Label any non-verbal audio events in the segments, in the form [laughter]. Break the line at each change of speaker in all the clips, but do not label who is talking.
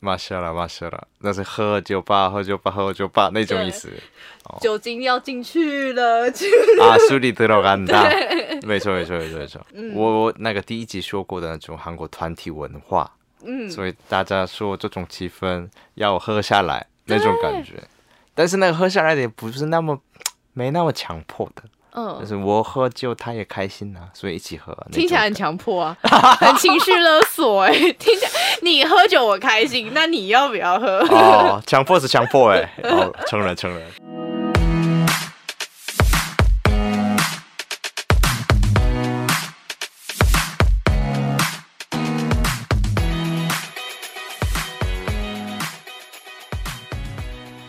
马舍拉马舍拉，那是喝酒吧，喝酒吧，喝酒吧那种意思。
酒精要进去了，进
啊，술이들어간 다。没错，没错，没错，没错。
嗯
我我那个第一集说过的那种韩国团体文化，
嗯，
所以大家说这种气氛要喝下来那种感觉，但是那个喝下来的也不是那么没那么强迫的，但
嗯，
是我喝酒他也开心啊，所以一起喝。那
听起来
种
很强迫啊，很情绪勒索哎、 [laughs] 听起来你喝酒我开心，那你要不要喝？
哦，强迫是强迫哎、哦，承认承认。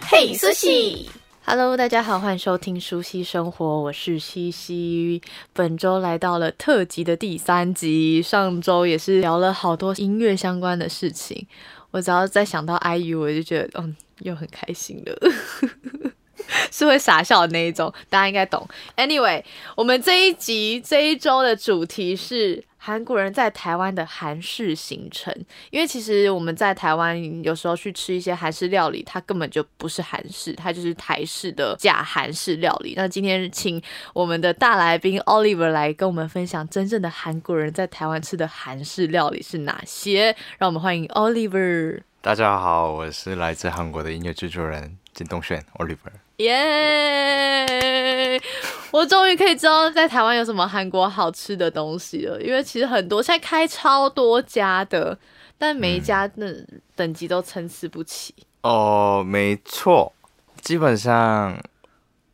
嘿，苏西。Hello，大家好，欢迎收听《舒西生活》，我是西西。本周来到了特辑的第三集，上周也是聊了好多音乐相关的事情。我只要再想到 IU，我就觉得嗯，又很开心了， [laughs] 是会傻笑的那一种，大家应该懂。Anyway，我们这一集这一周的主题是韩国人在台湾的韩式行程。因为其实我们在台湾有时候去吃一些韩式料理，它根本就不是韩式，它就是台式的假韩式料理。那今天请我们的大来宾 Oliver 来跟我们分享真正的韩国人在台湾吃的韩式料理是哪些，让我们欢迎 Oliver。
大家好，我是来自韩国的音乐制作人金东炫 Oliver。
耶我终于可以知道在台湾有什么韩国好吃的东西了，因为其实很多现在开超多家的，但每一家的等级都参差不齐。
哦，没错，基本上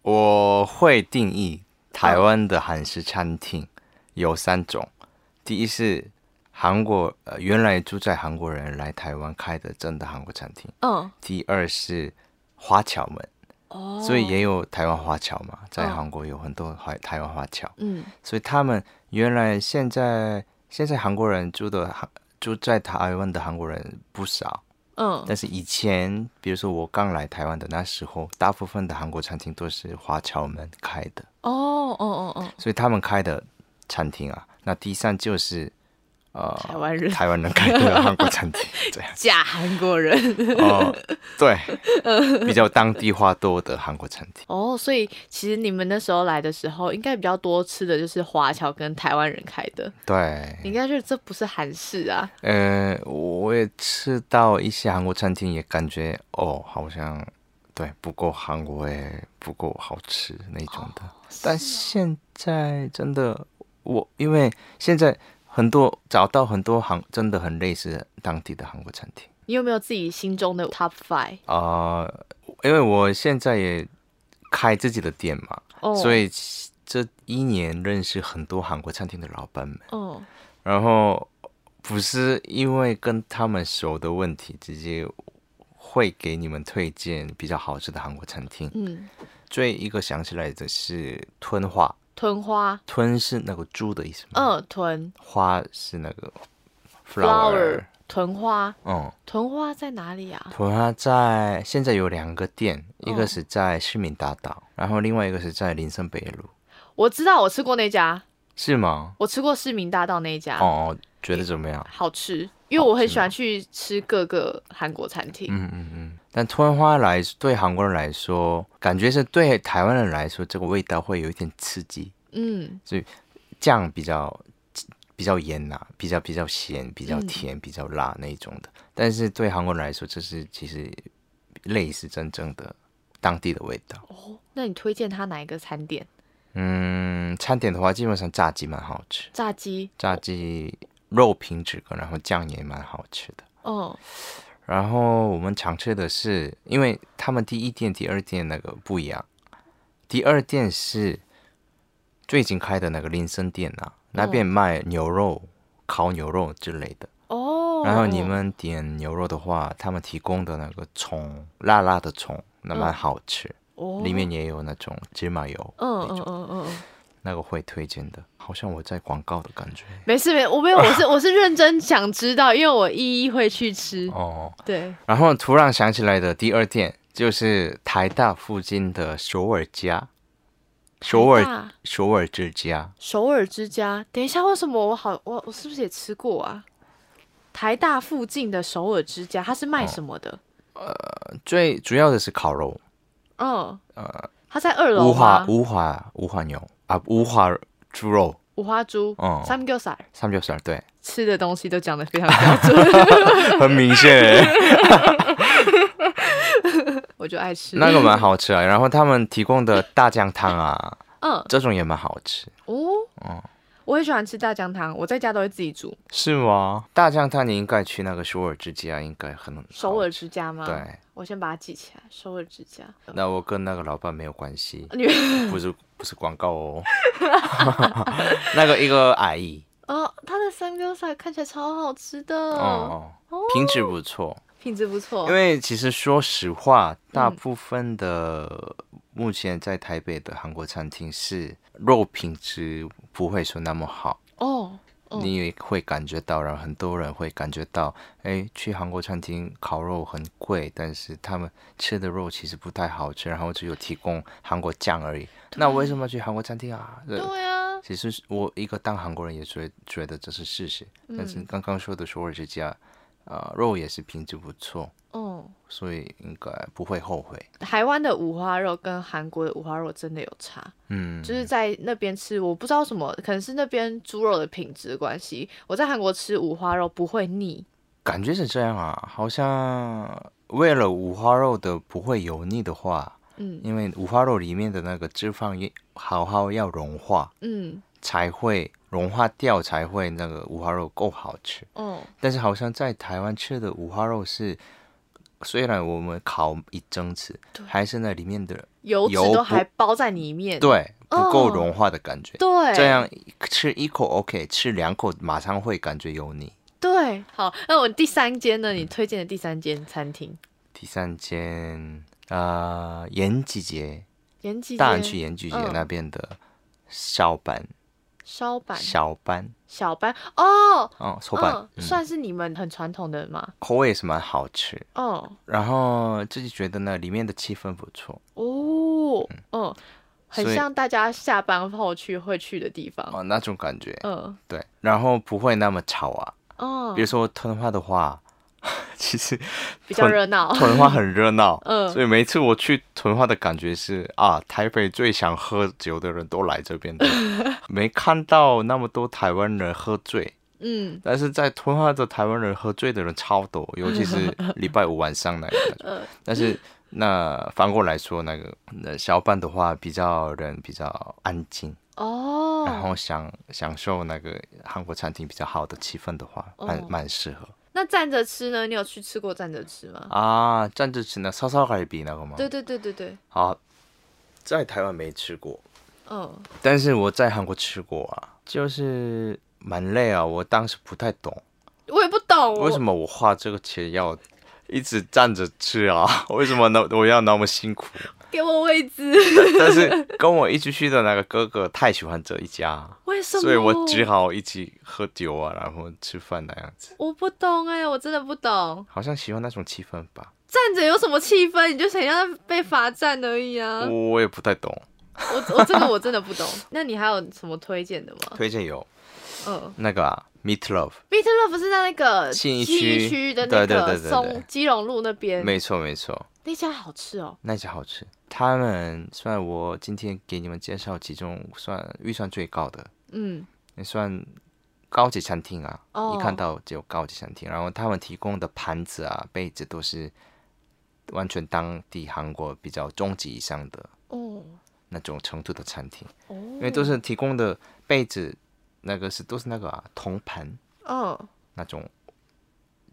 我会定义台湾的韩式餐厅有三种，第一是韩国呃原来住在韩国人来台湾开的真的韩国餐厅，
嗯，
第二是华侨们，
哦
所以也有台湾华侨嘛，在
哦
韩国有很多华台湾华侨。
嗯
所以他们原来现在现在韩国人住的韩住在台湾的韩国人不少，
嗯
但是以前比如说我刚来台湾的那时候，大部分的韩国餐厅都是华侨们开的，
哦哦哦哦，
所以他们开的餐厅啊，那第三就是呃
台湾人
台湾人开的韩国餐厅这样
[laughs] 假韩国人
哦， [laughs] 对，比较当地化多的韩国餐厅。
[laughs] 哦，所以其实你们那时候来的时候，应该比较多吃的就是华侨跟台湾人开的，
对，
你应该觉得这不是韩式啊，
呃，我也吃到一些韩国餐厅，也感觉哦，好像对不够韩国诶，不够好吃那种的。但现在真的，我因为现在很多找到很多韩真的很类似当地的韩国餐厅
你有没有自己心中的 top five？
啊、呃因为我现在也开自己的店嘛，
哦，
所
以
以这一年认识很多韩国餐厅的老板们。
哦
然后不是因为跟他们熟的问题，直接会给你们推荐比较好吃的韩国餐厅。
嗯，
最一个想起来的是吞花，
豚花，
吞是那个猪的意思吗？
嗯，豚
花是那个 flower
flower。豚花，
嗯，
豚花在哪里啊？
吞花在现在有两个店，一
哦
个是在市民大道，然后另外一个是在林森北路，
我知道，我吃过那家，
是吗？
我吃过市民大道那一家，
哦，觉得怎么样？
好吃，因为我很喜欢去吃各个韩国餐厅。
嗯嗯嗯，但吞花来对韩国人来说，感觉是对台湾人来说，这个味道会有一点刺激，
嗯
酱比较比较盐呐、比较比较咸，比较甜，比较辣那一种的。但是对韩国人来说，这是其实类似真正的当地的味道。
哦，那你推荐他哪一个餐点？
嗯，餐点的话，基本上炸鸡蛮好吃，
炸鸡，
炸鸡肉品质高，然后酱也蛮好吃的。
哦，
然后我们常吃的是，因为他们第一店、第二店那个不一样，第二店是最近开的那个林森店啊，那边卖牛肉、烤牛肉之类的。
哦，
然后你们点牛肉的话，他们提供的那个葱，辣辣的葱，那蛮好吃，
哦
里，面也有那种芝麻油，
嗯嗯嗯嗯嗯，
那个会推荐的。好像我在广告的感觉
没事没，我没有，
[laughs]
我是我是认真想知道，因为我一一会去吃。
哦。
对，
然后突然想起来的第二店就是台大附近的首尔家，首尔
台大
首尔之家，
首尔之家，等一下，为什么我好我我是不是也吃过啊？台大附近的首尔之家，它是卖什么的？
最主要的是烤肉，
嗯，它在二
哦
楼
呃五花
吗？
五花五花牛啊，五花猪肉，
五花猪
嗯
三 a m g y s a
三九十二，对， [laughs]
吃的东西都讲得非常标准，
很明显，
[laughs] 我就爱吃
那个蛮好吃啊。然后他们提供的大酱汤啊，
嗯
这种也蛮好吃，
哦，我很喜欢吃大酱汤，我在家都会自己煮。
是吗？大酱汤你应该去那个首尔之家，应该很好
首尔之家吗？
对，
我先把它记起来。首尔之家，
那我跟那个老板没有关系，
你
不是不是广告哦。 [laughs] 那个一个阿姨，
哦，它的三哥菜看起来超好吃的，
哦哦，品质不错。
品质不错
因。为其实说实话，大部分的目前在台北的韩国餐厅是肉品质不会说那么好，
哦，嗯
你也会感觉到，然后很多人会感觉到，哎，去韩国餐厅烤肉很贵，但是他们吃的肉其实不太好吃，然后只有提供韩国酱而已。那为什么去韩国餐厅啊？呃
对啊，
其实是我一个当韩国人也觉觉得这是事实，但是刚刚说的首尔之家，呃，肉也是品质不错，
嗯，
所以应该不会后悔。
台湾的五花肉跟韩国的五花肉真的有差，
嗯，
就是在那边吃，我不知道什么，可能是那边猪肉的品质的关系。我在韩国吃五花肉不会腻，
感觉是这样啊，好像为了五花肉的不会油腻的话，
嗯
因为五花肉里面的那个脂肪也好好要融化，
嗯
才会融化掉，才会那个五花肉够好吃。
哦
但是好像在台湾吃的五花肉是，虽然我们烤一整次，还是那里面的
油脂
油
都
不
还包在里面。
对不够
哦
融化的感觉。
对，
这样吃一口 OK，吃两口马上会感觉油腻。
对，好，那我第三间呢？你推荐的第三间餐厅，
第三间啊，延吉街，
延吉街
大安区延吉街
嗯
那边的小班，
烧板
小班
小班哦，
哦，手板、
嗯，算是你们很传统的嘛，
口味也是蛮好吃。
嗯
然后自己觉得呢，里面的气氛不错
哦，嗯，
所
很
以
像大家下班后去会去的地方，
哦，那种感觉。
嗯
对，然后不会那么吵啊。
哦
比，如说屯花的话， [laughs] 其实
比较热
[laughs]
闹，
屯花很热闹，
哦
嗯
嗯
所以每次我去屯花的感觉是啊，台北最想喝酒的人都来这
[laughs]
边的，没看到那么多台湾人喝醉， [laughs]
嗯
但是在屯花的台湾人喝醉的人超多，尤其是礼拜五晚上那个
[laughs]
感觉，
嗯
但是。那反过来说，那个那小半的话，比较人比较安静，然
哦，
后享享受那个韩国餐厅比较好的气氛的话，蛮
哦
蛮适合。
那站着吃呢？你有去吃过站着吃吗？
啊，站着吃那烧烧海比那个吗？
对对对对对，
啊，在台湾没吃过，
嗯
但是我在韩国吃过啊，就是蛮累啊。我当时不太懂，
我也不懂
为什么我花这个钱要一直站着吃啊？ [laughs] 为什么那我要那么辛苦？ [laughs]
给我位置， [laughs]
但是跟我一起去的那个哥哥太喜欢这一家，
为什么？
所以我只好一起喝酒啊，然后吃饭那样子，
我不懂哎、我真的不懂。
好像喜欢那种气氛吧。
站着有什么气氛？你就想要被罚站而已啊！我
我也不太懂，
我这个我真的不懂。那你还有什么推荐的吗？
推荐有
嗯
那个、啊、Meat Love。
，Meet Love 是在那个
信义区
信义区的那
对对
个
对对对
松基隆路那边，
没错没错，
那家好吃哦。
那家好吃。他们算我今天给你们介绍其中算预算最高的，
嗯，
也算高级餐厅啊。
哦
一看到就高级餐厅，然后他们提供的盘子啊、杯子都是完全当地韩国比较中级以上的
哦
那种程度的餐厅，
哦，
因为都是提供的杯子，那个是都是那个、啊、铜盘
嗯
那种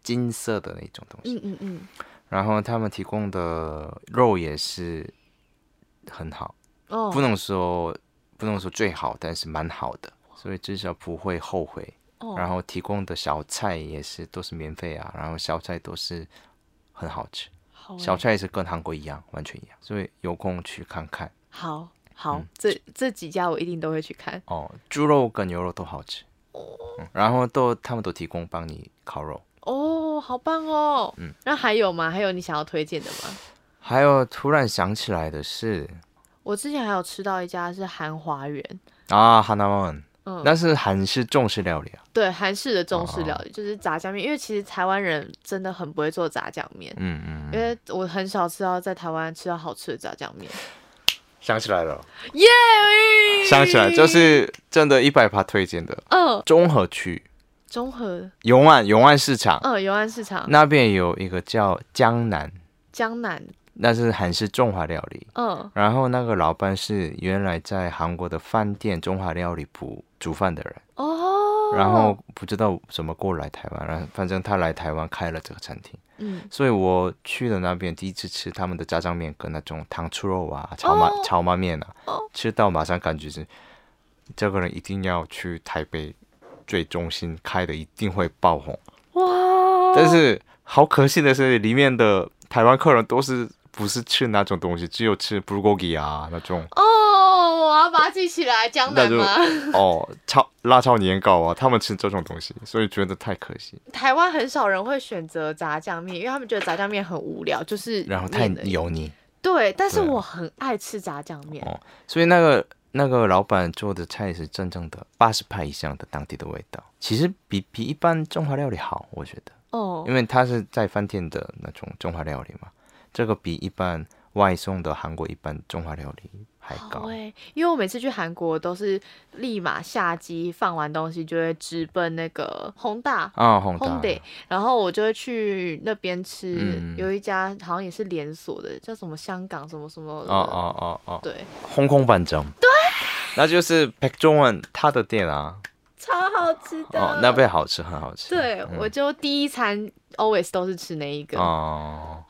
金色的那种东西。
嗯嗯嗯，
然后他们提供的肉也是很好，
哦，
不能说不能说最好，但是蛮好的，所以至少不会后悔。
哦
然后提供的小菜也是都是免费啊，然后小菜都是很好吃，
好欸
小菜也是跟韩国一样，完全一
哦
样，所以有空去看看
好好，
嗯
这这几家我一定都会去看。
哦。猪肉跟牛肉都好吃，嗯、然后都他们都提供帮你烤肉。
哦，好棒哦。
嗯，
那还有吗？还有你想要推荐的吗？
还有突然想起来的是
我之前还有吃到一家是韩华园，
啊，哈娜曼
嗯，
但是韩式中式料理啊，
对韩式的中式料
哦
理就是炸酱面，因为其实台湾人真的很不会做炸酱面，
嗯嗯，
因为我很少吃到在台湾吃到好吃的炸酱面。
想起来了，
耶！
想起来，就是真的一百趴推荐的
嗯，
中和区
中和
永安永安市场、
嗯永安市场
那边有一个叫江南，
江南
那是韩式中华料理。
嗯
然后那个老板是原来在韩国的饭店中华料理部煮饭的人，
哦，
然后不知道怎么过来台湾，然后反正他来台湾开了这个餐厅，
嗯
所以我去了那边第一次吃他们的炸酱面跟那种糖醋肉啊、炒麻、
哦
炒麻面啊
哦，
吃到马上感觉是这个人一定要去台北最中心开的，一定会爆红。
哇，
但是好可惜的是，里面的台湾客人都是不是吃那种东西，只有吃 b u g o g i 啊那
[laughs]
种。
哦，我要把它记起来，江
那
南
就
吗？
哦，超辣炒年糕啊，他们吃这种东西，所以觉得太可惜，
台湾很少人会选择炸酱面，因为他们觉得炸酱面很无聊，就是
然后太
面而已。
油腻。
对，但是
对啊
我很爱吃炸酱面。
哦所以那个那个老板做的菜是真正的八十派以上的当地的味道，其实比比一般中华料理好，我觉得，
哦
因为它是在饭店的那种中华料理嘛，这个比一般外送的韩国一般中华料理还
好
高。
哎、因为我每次去韩国都是立马下机，放完东西就会直奔那个宏大。
啊，红
烘
大，
d 然后我就会去那边吃，
嗯
有一家好像也是连锁的，叫什么香港什么什么
哦
的。
哦哦哦，
对，
红空板正，对，那就是白中文他的店啊，
超好吃的。
哦，那边好吃，很好吃，
对，
嗯
我就第一餐 always 都是吃那一个，
哦，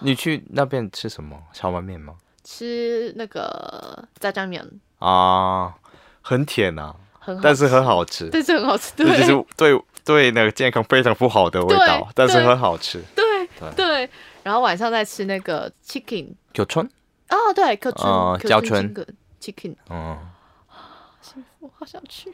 你去那边吃什么？荞麦面吗？
吃那个炸酱面，
啊，很甜啊，
很好，
但是很好吃。
但是很好吃，对
这就是对对那个健康非常不好的味道
对，
但是
对
很好吃。
对
对
对。然后晚上再吃那个 chicken，
九川，
哦对，可春
哦
可
叫
春 chicken，
嗯，
我好想 [laughs] 去。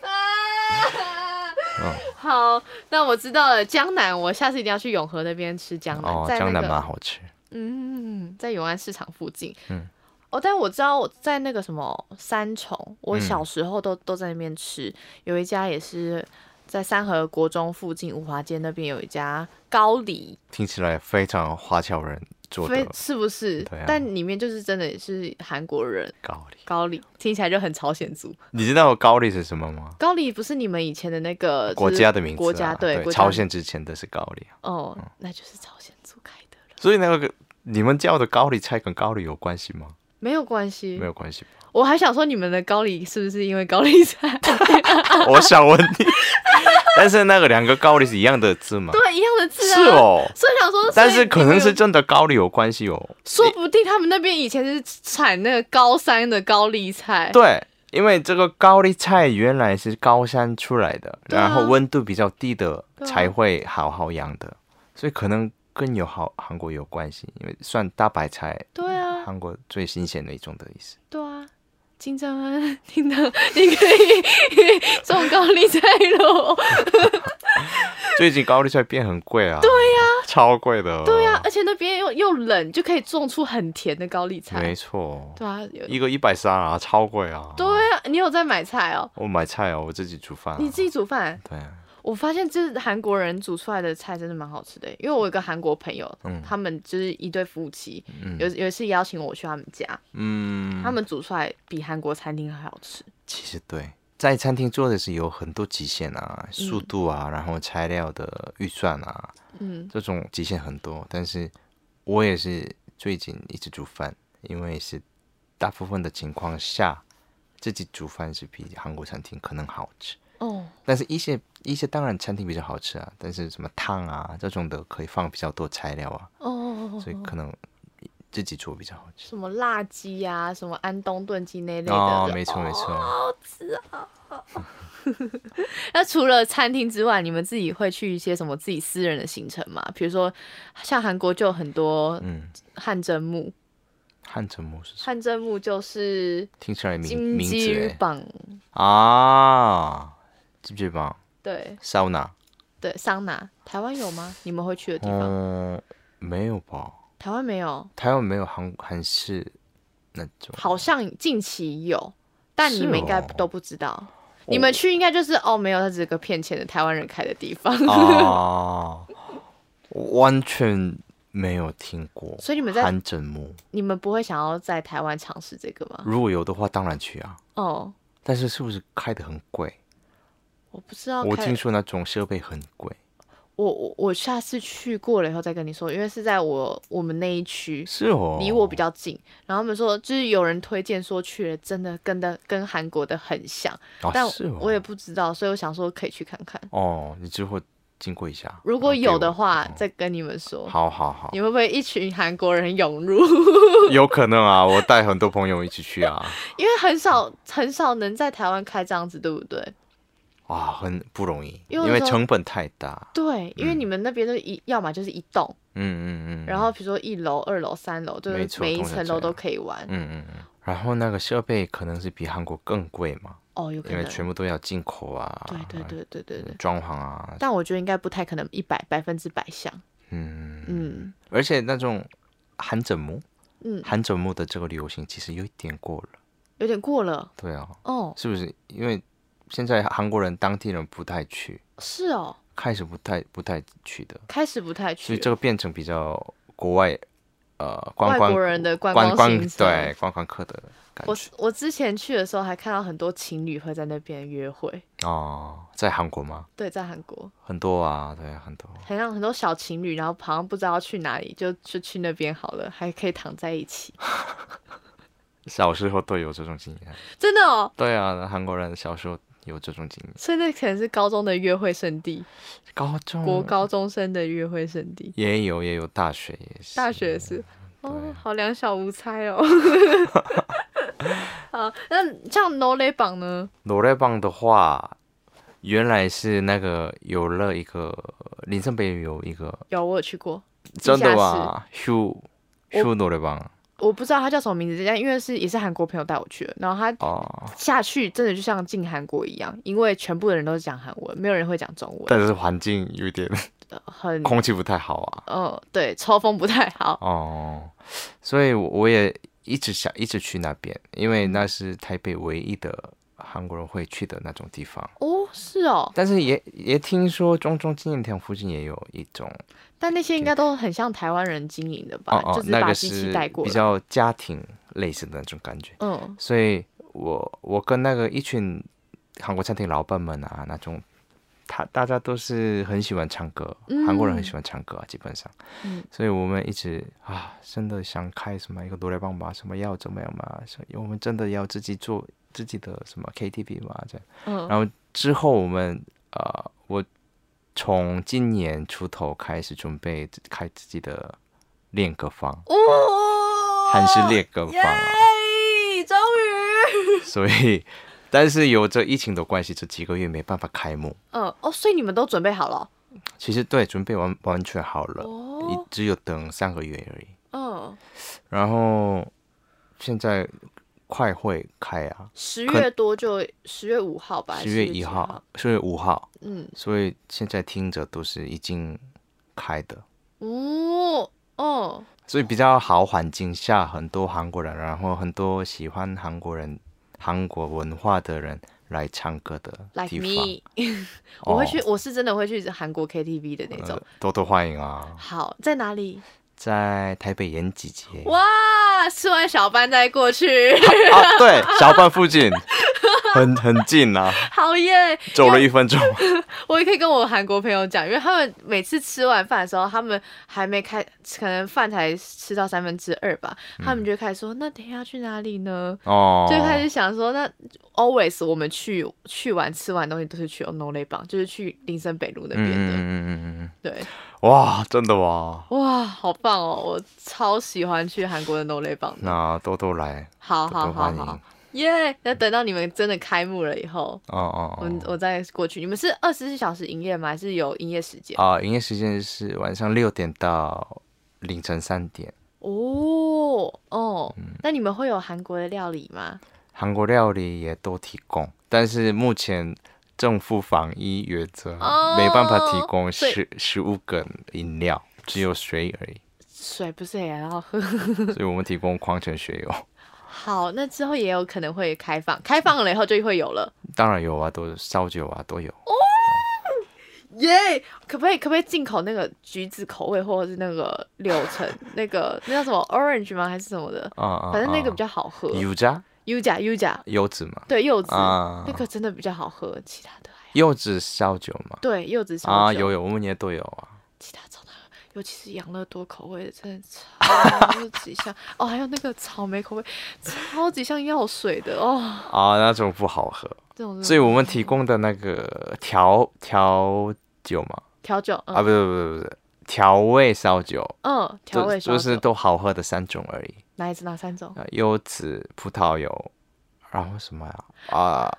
啊
哦
好，那我知道了。江南，我下次一定要去永和那边吃江南，
哦，
嗯在
江
那
南
个
蛮好吃。
嗯，在永安市场附近。
嗯，
哦，但我知道我在那个什么三重，我
嗯
小时候都、都在那边吃，有一家也是在三河国中附近五华街那边有一家高丽，
听起来非常华侨人做的
非是不是？
对啊
但里面就是真的是韩国人
高丽。
高丽，听起来就很朝鲜族。
你知道高丽是什么吗？
高丽不是你们以前的那个
国
就是
家的名字啊，
国家对国家
朝鲜之前的是高丽啊，
哦，那就是朝鲜族开的了，
所以那个你们叫的高丽菜跟高丽有关系吗？
没有关系
没。有关系吧。
我还想说你们的高丽是不是因为高丽菜？
[laughs] 我想问你， [laughs] 但是那个两个高丽是一样的字吗？
对，一样的字啊。
是哦，
所以想说，
但
所
是
以
可
你们
能
有
是真的高丽有关系哦。
说不定他们那边以前是产那个高山的高丽菜，
对，因为这个高丽菜原来是高山出来的，
对啊
然后温度比较低的
对啊
才会好好养的，所以可能跟有好韩国有关系，因为算大白菜，
对啊，
韩国最新鲜的一种的意思。
对啊。金正恩，听到你可以种高丽菜喽。
哦最近高丽菜变很贵啊，对呀、超贵的。哦
对啊，，而且那边又又冷，就可以种出很甜的高丽
没
菜。
错，
对啊，有
一个一百三啊，超贵啊。
对啊，你有在买菜哦？
我买菜哦，我自己煮饭、啊。
你自己煮饭？
对啊，
我发现这韩国人煮出来的菜真的蛮好吃的，因为我有个韩国朋友，
嗯
他们就是一对夫妻，
嗯
有有一次邀请我去他们家，
嗯，
他们煮出来比韩国餐厅还好吃。
其实对，在餐厅做的是有很多极限啊，速度啊，然后材料的预算啊，
嗯，
这种极限很多。但是我也是最近一直煮饭，因为是大部分的情况下，自己煮饭是比韩国餐厅可能好吃。
哦，
但是一些一些当然餐厅比较好吃啊，但是什么汤啊这种的可以放比较多材料啊，
哦，
所以可能自己做比较好吃。
什么辣鸡呀、什么安东炖鸡那类的，
哦，没错没错，
那除了餐厅之外，你们自己会去一些什么自己私人的行程吗？比如说，像韩国就有很多
嗯，
汗蒸幕，
汉城模式
汗蒸幕就是
听起来名
金
名字
鸡
哎、
榜，
啊，记不记得？
对
桑拿？
对，桑拿，台湾有吗？你们会去的地方？
嗯，没有吧？
台湾没有， [laughs]
台湾没有韩韩式那种。
好像近期有，但你们应该
是哦
都不知道。你们去应该就是哦，没有，它只是个骗钱的台湾人开的地方， [laughs]
啊，我完全没有听过。
所以你们在
韩枕木，
你们不会想要在台湾尝试这个吗？
如果有的话，当然去啊。
哦，
但是是不是开的很贵？
我不知道哦开。
我听说那种设备很贵。
我我我下次去过了以后再跟你说，因为是在我我们那一区，
是哦，
离我比较近。然后他们说，就是有人推荐说去了，真的跟的跟韩国的很像，
啊
但
是哦
我也不知道，所以我想说可以去看看。
哦，你之后经过一下，
如果
然后给
有的
我，
话，再跟你们说。
好好
[laughs]
好，
你会不会一群韩国人涌入？ [laughs]
有可能啊，我带很多朋友一起去啊，
因为很少很少能在台湾开这样子，对不
嗯
对？
啊，很不容易，
因
因
为
为
那时候
成本太大，
对，因为你们那边都一，要么就是一栋，
嗯嗯嗯，
然后比如说一楼、二楼、三楼，就
没
是
错
每一
通常
层
这
楼都
样
可以玩。
嗯嗯嗯，然后那个设备可能是比韩国更贵嘛，
哦，有可
因为
能。
全部都要进口啊，
对对对对对对。
装潢啊，
但我觉得应该不太可能一百百分之百像。
嗯，
嗯，
而且那种韩枕木，
嗯
韩枕木的这个流行其实有一点过了，
有点过了。
对啊，
哦，
是不是？因为现在韩国人当地人不太去，
是哦，
开始不太不太去的，
开始不太
所
去
以这个变成比较国外呃观
外
光
国人的观
观
光
光
行程。
对观光客的感
我
觉
我之前去的时候还看到很多情侣会在那边约会，
哦，在韩国吗？
对，在韩国，
很多啊，对啊，很多。
很像很多小情侣，然后好像不知道去哪里，就就去那边好了，还可以躺在一起， [laughs]
小时候都有这种经验，
真的哦。
对啊，韩国人小时候有这种经验。
所以那可能是高中的约会圣地，
高中
国高中生的约会圣地，
也有，也有大学也是。
大学也是。哦，好两小无猜哦。好，那像 No 雷榜呢？
노래방的话，原来是那个有了一个林森北有一个
有，我有去过。地下
真
室
的吗？휴휴노래방
我不知道他叫什么名字，但因为是也是韩国朋友带我去的，然后他
哦，
下去真的就像进韩国一样，因为全部的人都是讲韩文，没有人会讲中文，
但是环境有点
呃很
空气不太好啊。
呃对，抽风不太好。
哦，所以我我也一直想一直去那边，因为那是台北唯一的韩国人会去的那种地方。
哦，是哦，
但是也也听说中中纪念堂附近也有一种，
但那些应该都很像台湾人经营的吧，
哦哦
就，是
那
把
个
机器
是
带过
比
来。
较家庭类似的那种感觉。
嗯，
所以我我跟那个一群韩国餐厅老板们啊，那种他大家都是很喜欢唱歌，韩国人很喜欢唱歌啊，基本上，
嗯
所以我们一直啊，真的想开什么一个哆来棒吧，什么要怎么样嘛，所以我们真的要自己做自己的什么 KTV 嘛，这样。
嗯
然后之后我们呃，我从今年出头开始准备自开自己的练歌房，
哦
韩式练歌
耶
房啊。，
终于，
[laughs] 所以，但是有着疫情的关系，这几个月没办法开幕。
嗯哦，所以你们都准备好了
其实对，准备完完全好了，
哦，
一只有等三个月而已。
嗯，
然后现在快会开啊，
十
可
月多就十月五号吧，还
十
是
月
几
一号，、啊十月五号，
嗯，
所以现在听着都是已经开的，
哦哦，
所以比较好环境下，很多韩国人，然后很多喜欢韩国人、韩国文化的人来唱歌的
like
地方，
me，我 [laughs] 会
哦
去，我是真的会去韩国 KTV 的那种。
呃多多欢迎啊！
好，在哪里？
在台北延吉街。
哇，吃完小班再过去， [laughs]
啊，对，小半附近， [laughs] 很很近啊，
好耶！
走了一分钟。
我也可以跟我韩国朋友讲，因为他们每次吃完饭的时候，他们还没开，可能饭才吃到三分之二吧，他们就开始说：“那等一下去哪里呢？”
嗯哦，
就开始想说，那 always 我们去去完吃完东西都是去 o n 榜，就是去林森北路那
嗯
边
嗯
的。
嗯嗯嗯
对，
嗯，哇，真的哇，
哇，好棒哦！我超喜欢去韩国的 No l 榜的。
那多多来，
好
多
好
多
好
欢迎。
好
哦，
耶那等到你们真的开幕了以后，
哦
我们
哦，
我再过去。你们是二十四小时营业吗？还是有营业时间？
啊，营业时间是晚上六点到凌晨三点。
哦哦，
嗯
那你们会有韩国的料理吗？
韩国料理也都提供，但是目前政府防疫原则
哦
没办法提供
所以
十十五个饮料，只有水而已，
水不是也要喝？ [laughs]
所以我们提供矿泉水哦。
好，那之后也有可能会开放，开放了以后就会有了。
当然有啊，都烧酒啊都有。
耶、可不可以可不可以进口那个橘子口味，或者是那个柳橙那个那叫什么 orange 吗？还是什么的？
啊啊，
哦反正那个
啊
比较好喝。
有加
U 甲 U 甲，
柚子嘛，
对柚子、
啊
那，个真的比较好喝，其他的还好
柚子烧酒嘛，
对柚子烧酒、
啊有有，我们也都有啊。
其他超难喝，尤其是养乐多口味的，真的超
[laughs]
级像哦，还有那个草莓口味，超级像药水的哦，
啊，那种不好喝，
这种
所以
以
我们提供的那个调调酒嘛，
调酒，
啊，
嗯
不是不是不是调味烧酒，
嗯，调
就
味烧酒
就是都好喝的三种而已，
哪一哪三种？
啊柚子、葡萄柚，然后什么呀？啊，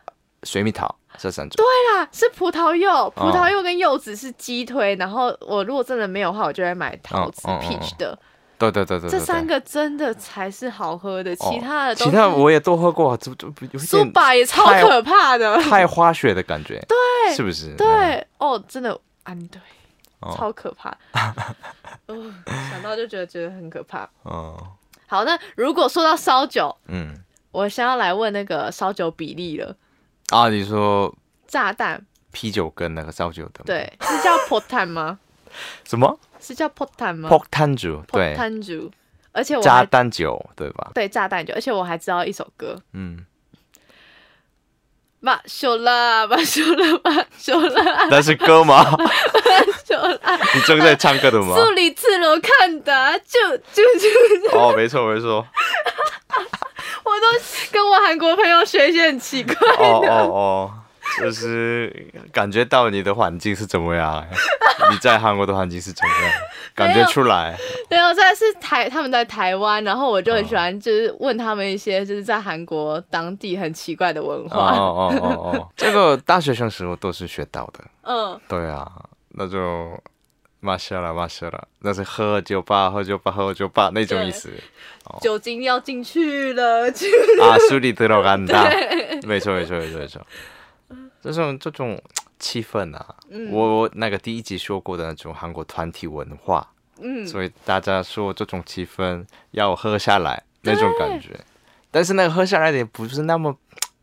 水蜜桃这三种。
对啦，是葡萄柚，葡
哦
萄柚跟柚子是鸡腿，然后我如果真的没有的话，我就会买桃子
嗯嗯嗯
peach 的，
对对对对对
这
对
三个真的才是好喝的，
哦
其他的都
其他我也都喝过，这这不有一
苏
点
打也超
太
可怕的，
太化学的感觉，对，是不是？嗯，
对哦，真的安对。
哦
超可怕， [laughs] 哦，想到就觉得觉得很可怕。
哦，
好，那如果说到烧酒，
嗯，
我先要来问那个烧酒比例了。
啊，你说
炸弹，
啤酒跟那个烧酒的，，
对，
[laughs]
是叫 potan 吗？
什么
是叫 potan 吗
p 炭酒，对，
？potan 酒，而且我
炸
还
弹酒，对吧？
对炸弹酒，而且我还知道一首歌，
嗯，
马修拉，马修拉，马修拉，
那是歌 [laughs] 吗？
修拉，
你正在唱歌的吗？
素里次罗看的，就就就，
哦，没错没错，
我都跟我韩国朋友学一些很奇怪
哦
的。
哦哦，就是感觉到你的环境是怎么样，你在韩国的环境是怎么样，感觉出来，
[laughs] 没有，啊在是台他们在台湾，然后我就很
嗯
喜欢，就是问他们一些就是在韩国当地很奇怪的文
哦
化。
哦哦哦 [laughs] 哦，这个大学生时候都是学到的。
嗯，
对啊，那就马下了，马下了，那是喝酒吧，喝酒吧，喝酒吧那种意思哦
酒精要进去了，就
啊，술이들어간다，没错没错没错没错，这种这种气氛啊，
嗯
我我那个第一集说过的那种韩国团体文化，
[laughs] 嗯，
所以大家说这种气氛要喝下来那种感觉，但是那个喝下来的也不是那么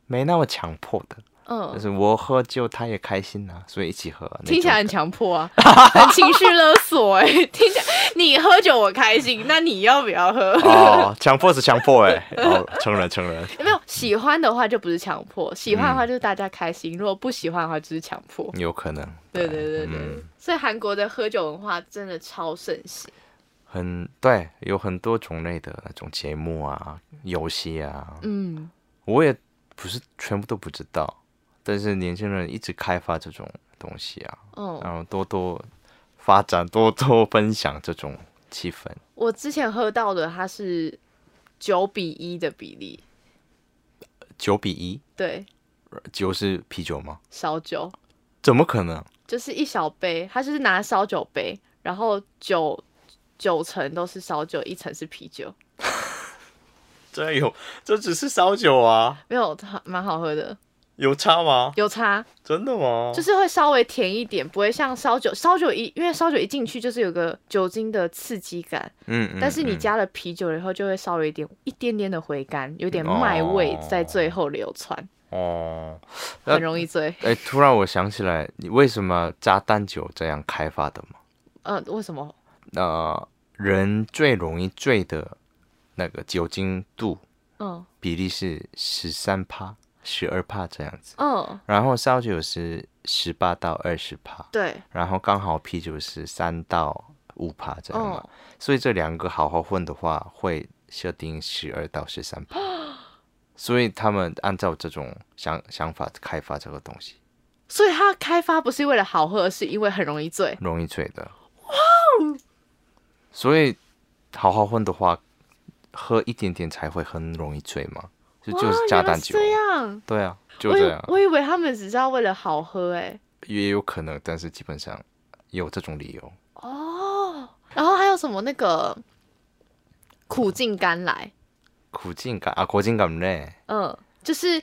没那么强迫的，但
嗯，
是我喝酒他也开心啊，所以一起喝啊，那
听起来
种
很强迫
[laughs]
啊，很情绪勒索哎、 [laughs] 听起来你喝酒我开心，那你要不要喝？
哦，强迫是强迫 [laughs] 哎、哦，承认承认。
[laughs] 没有喜欢的话就不是强迫，喜欢的
嗯
话就是大家开心，如果不喜欢的话就是强迫。
有可能，
对对对对，
嗯
所以韩国的喝酒文化真的超盛行。
很对，有很多种类的那种节目啊、游戏啊，
嗯，
我也不是全部都不知道，但是年轻人一直开发这种东西啊，
哦、
然后多多发展、多多分享这种气氛。
我之前喝到的，它是九比一的比例，
九比一，
对，
酒是啤酒吗？
烧酒
怎么可能？
就是一小杯，它就是拿烧酒杯，然后九九层都是烧酒，一层是啤酒，
这有，这只是烧酒啊，
没有，它蛮好喝的，
有差吗？
有差，
真的吗
就是会稍微甜一点，不会像烧酒，烧酒一因为烧酒一进去就是有个酒精的刺激感，
嗯嗯
但是你
嗯
加了啤酒了以后，就会稍微一点一点点的回甘，有点
哦
麦味在最后流窜，
哦，那
很容易醉。
哎，突然我想起来，你为什么炸弹酒这样开发的嘛？
嗯、为什么？
那、呃人最容易醉的那个酒精度
嗯
比例是十三帕、十二帕这样子，
嗯，
然后烧酒是十八到二十帕，
对，
然后刚好啤酒是三到五帕这样嘛。
嗯。
所以这两个好好混的话，会设定十二到十三 [gasps] 帕。所以他们按照这种想想法开发这个东西，
所以它开发不是为了好喝，而是因为很容易醉。
容易醉的。哇所以好好混的话，喝一点点才会很容易醉嘛，就就是
哇
炸
原来
弹
是
酒，
这样，
对啊，就
我以
这样，
我以为他们只是要为了好喝、哎，
也有可能，但是基本上有这种理由。
哦。然后还有什么那个苦尽甘来，
苦尽甘啊，苦尽甘嘞，
嗯，就是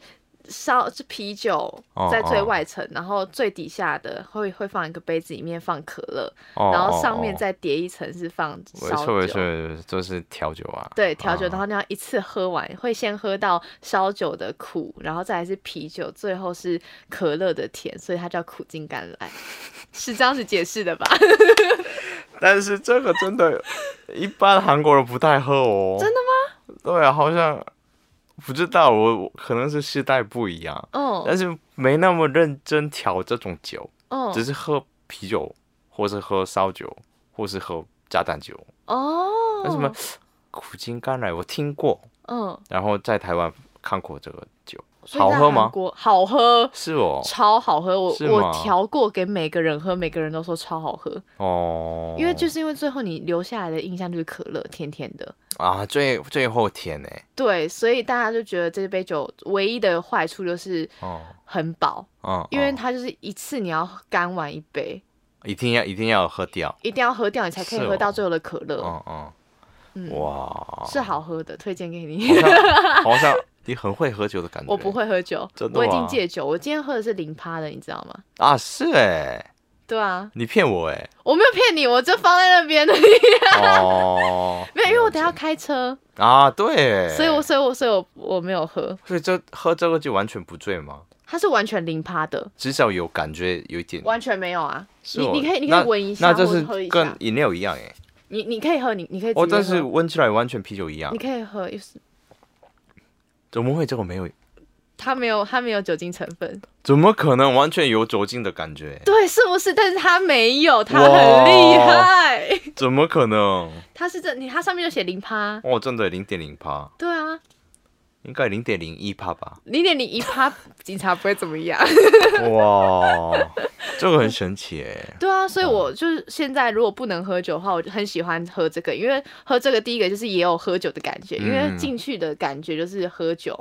烧是啤酒
哦
在最
哦
外层，然后最底下的会会放一个杯子，里面放可乐，
哦
然
哦
后上面
哦
再叠一层是放
没
烧
错没
酒
错，。没错就是调酒啊，
对调酒，
啊
然后你要一次喝完，会先喝到烧酒的苦，然后再来是啤酒，最后是可乐的甜，所以它叫苦尽甘来，是这样子解释的吧？
啊但是这个真的，一般韩国人不太喝哦。真的吗？对啊，好像不知道，我我可能是世代不一样，
[laughs] 哦
但是没那么认真调这种酒，
哦
只是喝啤酒，或是喝烧酒，或是喝炸弹酒。
哦，
呃那什么苦尽甘来，我听过，
嗯，
然后在台湾看过这个酒，
所以
好
在
喝
韩
吗？
国好喝，
是哦，
超好喝，我
是吗
我调过给每个人喝，每个人都说超好喝，
哦，
因为就是因为最后你留下来的印象就是可乐，甜甜的。
啊，最最后甜呢、
对，所以大家就觉得这杯酒唯一的坏处就是
哦，
很饱，
嗯，
因为
嗯
它就是一次你要干完一杯，
一定要一定要喝掉。
一定要喝掉，你才可以
是哦
喝到最后的可乐，
嗯
嗯
嗯，哇，
是好喝的，推荐给你。
好像好像你很会喝酒的感觉。
[laughs] 我不会喝酒，
真的
我已经
吗
戒酒，我今天喝的是零趴的，你知道吗？
啊，是哎、
对啊，
你骗我哎、
我没有骗你，我就放在那边而已。 [laughs]，
哦
没有，因为我等一下要开车，
啊，对，
所以我所以我所以我我没有喝，
所以这喝这个就完全不醉吗？
它是完全零趴的，
至少有感觉，有一点。
完全没有啊。
是
你
哦
你可以你可
那
以闻一
那
下，
这
或
是
者喝一
跟
下，
饮料一样哎、
你你可以喝，你你可以直接
哦，
喝，
但是啊闻起来完全啤酒一样
你。可以喝，就是
怎么会这个没有？
它没有它没有酒精成分，
怎么可能完全有酒精的感觉？
对，是不是？但是它没有，它很
哇
厉害， [laughs]
怎么可能？
它是这你它上面就写零趴，
哦，真的零点零趴，
对啊，
应该零点零一趴
[laughs]
吧？
零点零一趴，警察不会怎么样。
哇，这个很神奇哎、
[laughs] 对啊，所以我就是现在如果不能喝酒的话，我就很喜欢喝这个，因为喝这个第一个就是也有喝酒的感觉，因为
嗯
进去的感觉就是喝酒，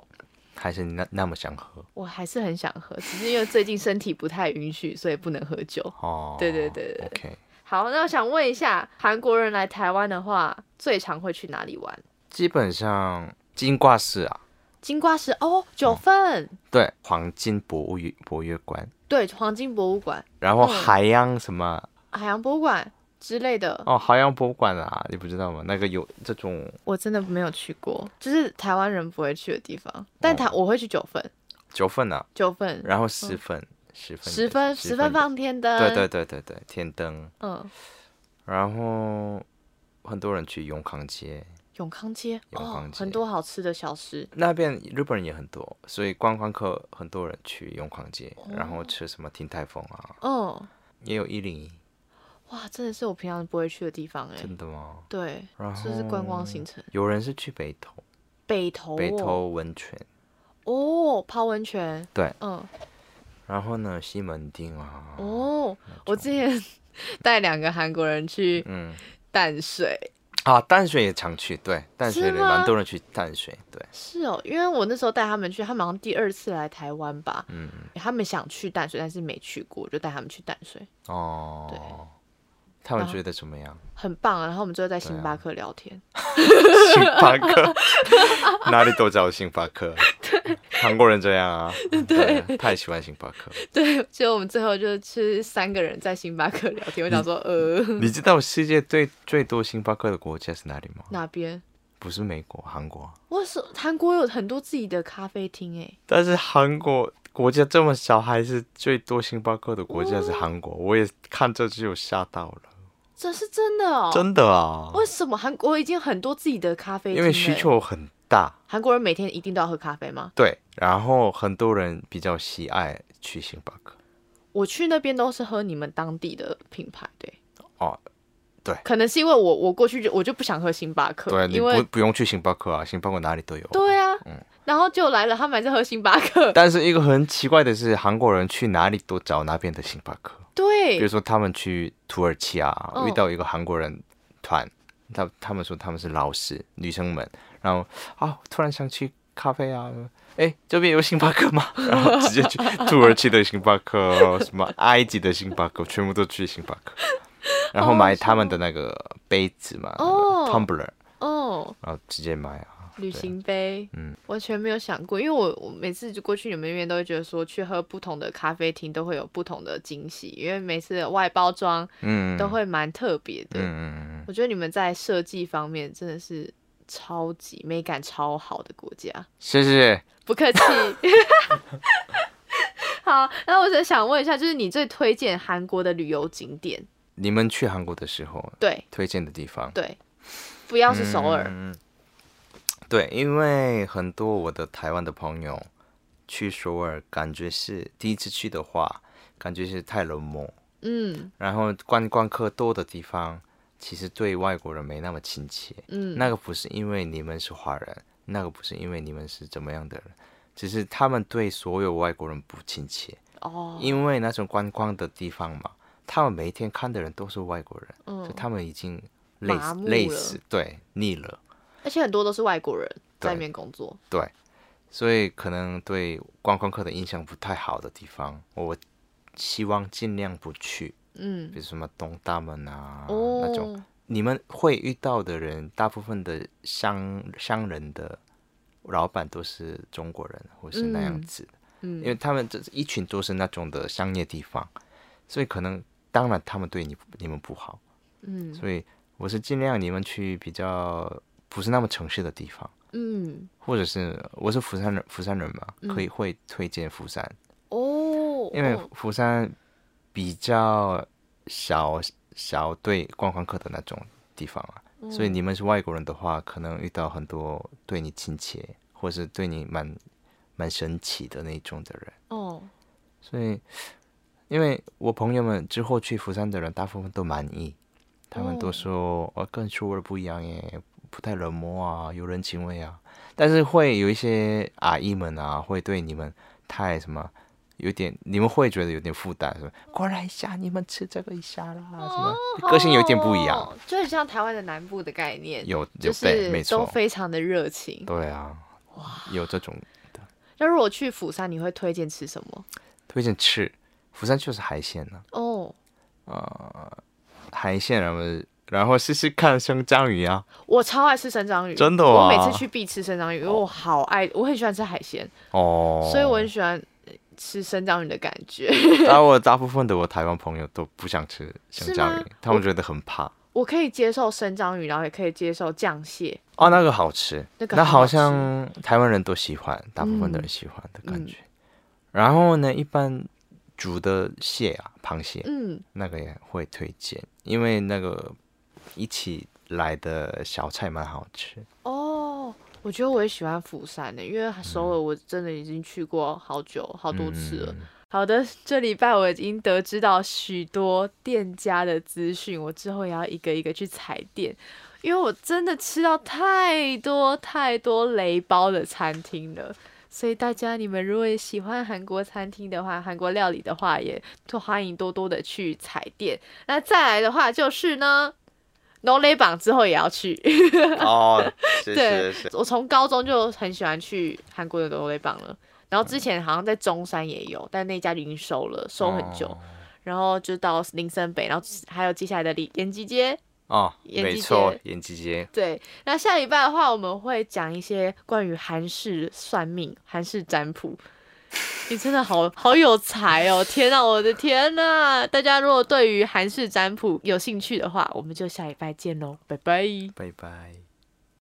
还是你那那么想喝
我还是很想喝，只是因为最近身体不太允许，所以不能喝酒。
哦？
对对对对
OK，
好，那我想问一下，韩国人来台湾的话，最常会去哪里玩？
基本上金瓜石啊，
金瓜石哦，九份，
对，黄金博物院博物馆，
对，黄金博物馆、
然后
嗯
海洋什么、
海洋博物馆之类的，
哦，海洋博物馆啊，你不知道吗？那个有这种
我真的没有去过，就是台湾人不会去的地方。但台、我会去九份，
九份啊，
九份
哦然后十分十分
十分十分
吧，
放天灯，
对对，对对对，天灯，
嗯，
然后很多人去永康街
永康街
永康街
哦，很多好吃的小吃，
那边，日本人也很多，所以观光客很多人去永康街，
哦
然后吃什么鼎泰丰啊，
嗯，
也有一零一，
哇，真的是我平常不会去的地方哎、
真的吗？
对，
然后
这是观光行程，
有人是去北投。
北投、哦，
北投温泉，
哦，泡温泉，
对，
嗯，
然后呢西门町啊，
哦，我之前 [laughs] 带两个韩国人去
嗯
淡水，
啊淡水也常去，对，淡水
是
也
吗
蛮多人去淡水，对，
是哦，因为我那时候带他们去，他们好像第二次来台湾吧，
嗯
他们想去淡水，但是没去过，我就带他们去淡水，
哦，他们
然后
觉得怎么样？
很棒啊。然后我们就在星
对啊
巴克聊天，
[laughs]
[laughs]
星巴克 [laughs] 哪里都找星巴克，韩国人这样啊，对，太喜欢星巴克。
对，结果我们最后就是吃三个人在星巴克聊天，我想说，呃， [laughs]
你知道世界最最多星巴克的国家是哪里吗？
哪边？
不是美国，韩国。
我是韩国有很多自己的咖啡厅欸诶，
但是韩国国家这么小，还是最多星巴克的国家是韩国。我也看这就有吓到了。
这是真的哦。
真的啊，
为什么韩国已经很多自己的咖啡
因
厅
为
了？欸
需求很大，
韩国人每天一定都要喝咖啡吗？
对，然后很多人比较喜爱去星巴克，
我去那边都是喝你们当地的品牌，对。
哦，对
可能是因为我我过去就我就不想喝星巴克，
对，你
因
不
为
不用去星巴克啊，星巴克哪里都有。
对啊，
嗯
然后就来了，他们还在喝星巴克，
但是一个很奇怪的是，韩国人去哪里都找那边的星巴克。比如
对，
说他们去土耳其啊，
嗯
遇到一个韩国人团，他他们说他们是老师，女生们，然后啊，突然想去咖啡啊，哎，这边有星巴克吗？ [laughs] 然后直
[laughs]
接去土耳其的星巴克，什么埃及的星巴克，全部都去星巴克，然后买他们的那个杯子嘛、
哦
t u m b l e r
哦，
然后直接买啊，
旅行杯，
嗯，
完全没有想过，因为我我每次就过去你们那边都会觉得说，去喝不同的咖啡厅都会有不同的惊喜，因为每次的外包装
嗯，
都会蛮特别的。
嗯，嗯嗯
我觉得你们在设计方面真的是超级美感超好的国家，
谢谢。
不客气。 [laughs] 好，那我只想问一下，就是你最推荐韩国的旅游景点？
你们去韩国的时候
对
推荐的地方，
对，不要是首尔，
嗯，对，因为很多我的台湾的朋友去首尔，感觉是第一次去的话，感觉是太冷漠，
嗯
然后观光客多的地方，其实对外国人没那么亲切。
嗯
那个不是因为你们是华人，那个不是因为你们是怎么样的人，只是他们对所有外国人不亲切，
哦，
因为那种观光的地方嘛，他们每天看的人都是外国人，所以
嗯，
他们已经累
麻
死
木
累
了
死，对，腻了。
而且很多都是外国人在
对
那边工作。
对，所以可能对观光客的印象不太好的地方，我希望尽量不去，
嗯
比，如什么东大门啊、
哦，
那种。你们会遇到的人，大部分的商商人的老板都是中国人，或是那样
嗯
子的，因
嗯
为他们这一群都是那种的商业地方，所以可能当然他们对你你们不好，
嗯
所以我是尽量你们去比较不是那么城市的地方。
嗯，
或者是我是釜山人，釜山人嘛，可以会推荐釜山，
哦，
因为
哦
釜山比较少少对观光客的那种地方啊，所以你们是外国人的话，可能遇到很多对你亲切，或是对你蛮蛮神奇的那种的人，
哦，
所以因为我朋友们之后去釜山的人，大部分都满意，他们
哦
都说哦，跟首尔不一样耶，不太冷漠啊，有人情味啊。但是会有一些阿姨们啊，会对你们太什么，有点你们会觉得有点负担，什么过来一下，你们吃这个一下啦，什么个性有一点不一样，
哦，就很像台湾的南部的概念，
有有
就
对，没
是都
错，
非常的热情。
对啊，有这种
那如果去釜山，你会推荐吃什么？
推荐吃，釜山就是海鲜呢、
哦，
海鲜，然后然后试试看生章鱼啊，
我超爱吃生章鱼，
真的
我
啊
每次去必吃生章鱼，因为我好爱，我很喜欢吃海鲜，
哦，
所以我很喜欢呃吃生章鱼的感觉。 [laughs]
然后我大部分的我台湾朋友都不想吃生
是
章
吗
鱼，他们觉得很怕。
我可以接受生章鱼，然后也可以接受酱蟹。
哦，那个好吃，
那个很好
好
吃
像台湾人都喜欢，大部分的
嗯
人喜欢的感觉。然后呢，一般煮的蟹啊，螃蟹、
嗯，
那个也会推荐，因为那个一起来的小菜蛮好吃。
哦，我觉得我也喜欢釜山欸的、因为首尔我真的已经去过好久好多次了。
嗯
好的，这礼拜我已经得知到许多店家的资讯，我之后也要一个一个去踩点，因为我真的吃到太多太多雷包的餐厅了。所以大家，你们如果也喜欢韩国餐厅的话，韩国料理的话，也都欢迎多多的去踩点。那再来的话就是呢，No 雷榜之后也要去。 [laughs]
哦，是
对
是是，
我从高中就很喜欢去韩国的罗勒棒了，然后之前好像在中山也有，但那家已经收了，收很久。
哦
然后就到林森北，然后还有接下来的里延吉街。
哦，
延
没
吉
错
街，
延吉街，
对，那下礼拜的话，我们会讲一些关于韩式算命、韩式占卜。 [laughs] 你真的好好有才哦！天呐，我的天呐！大家如果对于韩式占卜有兴趣的话，我们就下礼拜见喽，拜拜。
拜拜。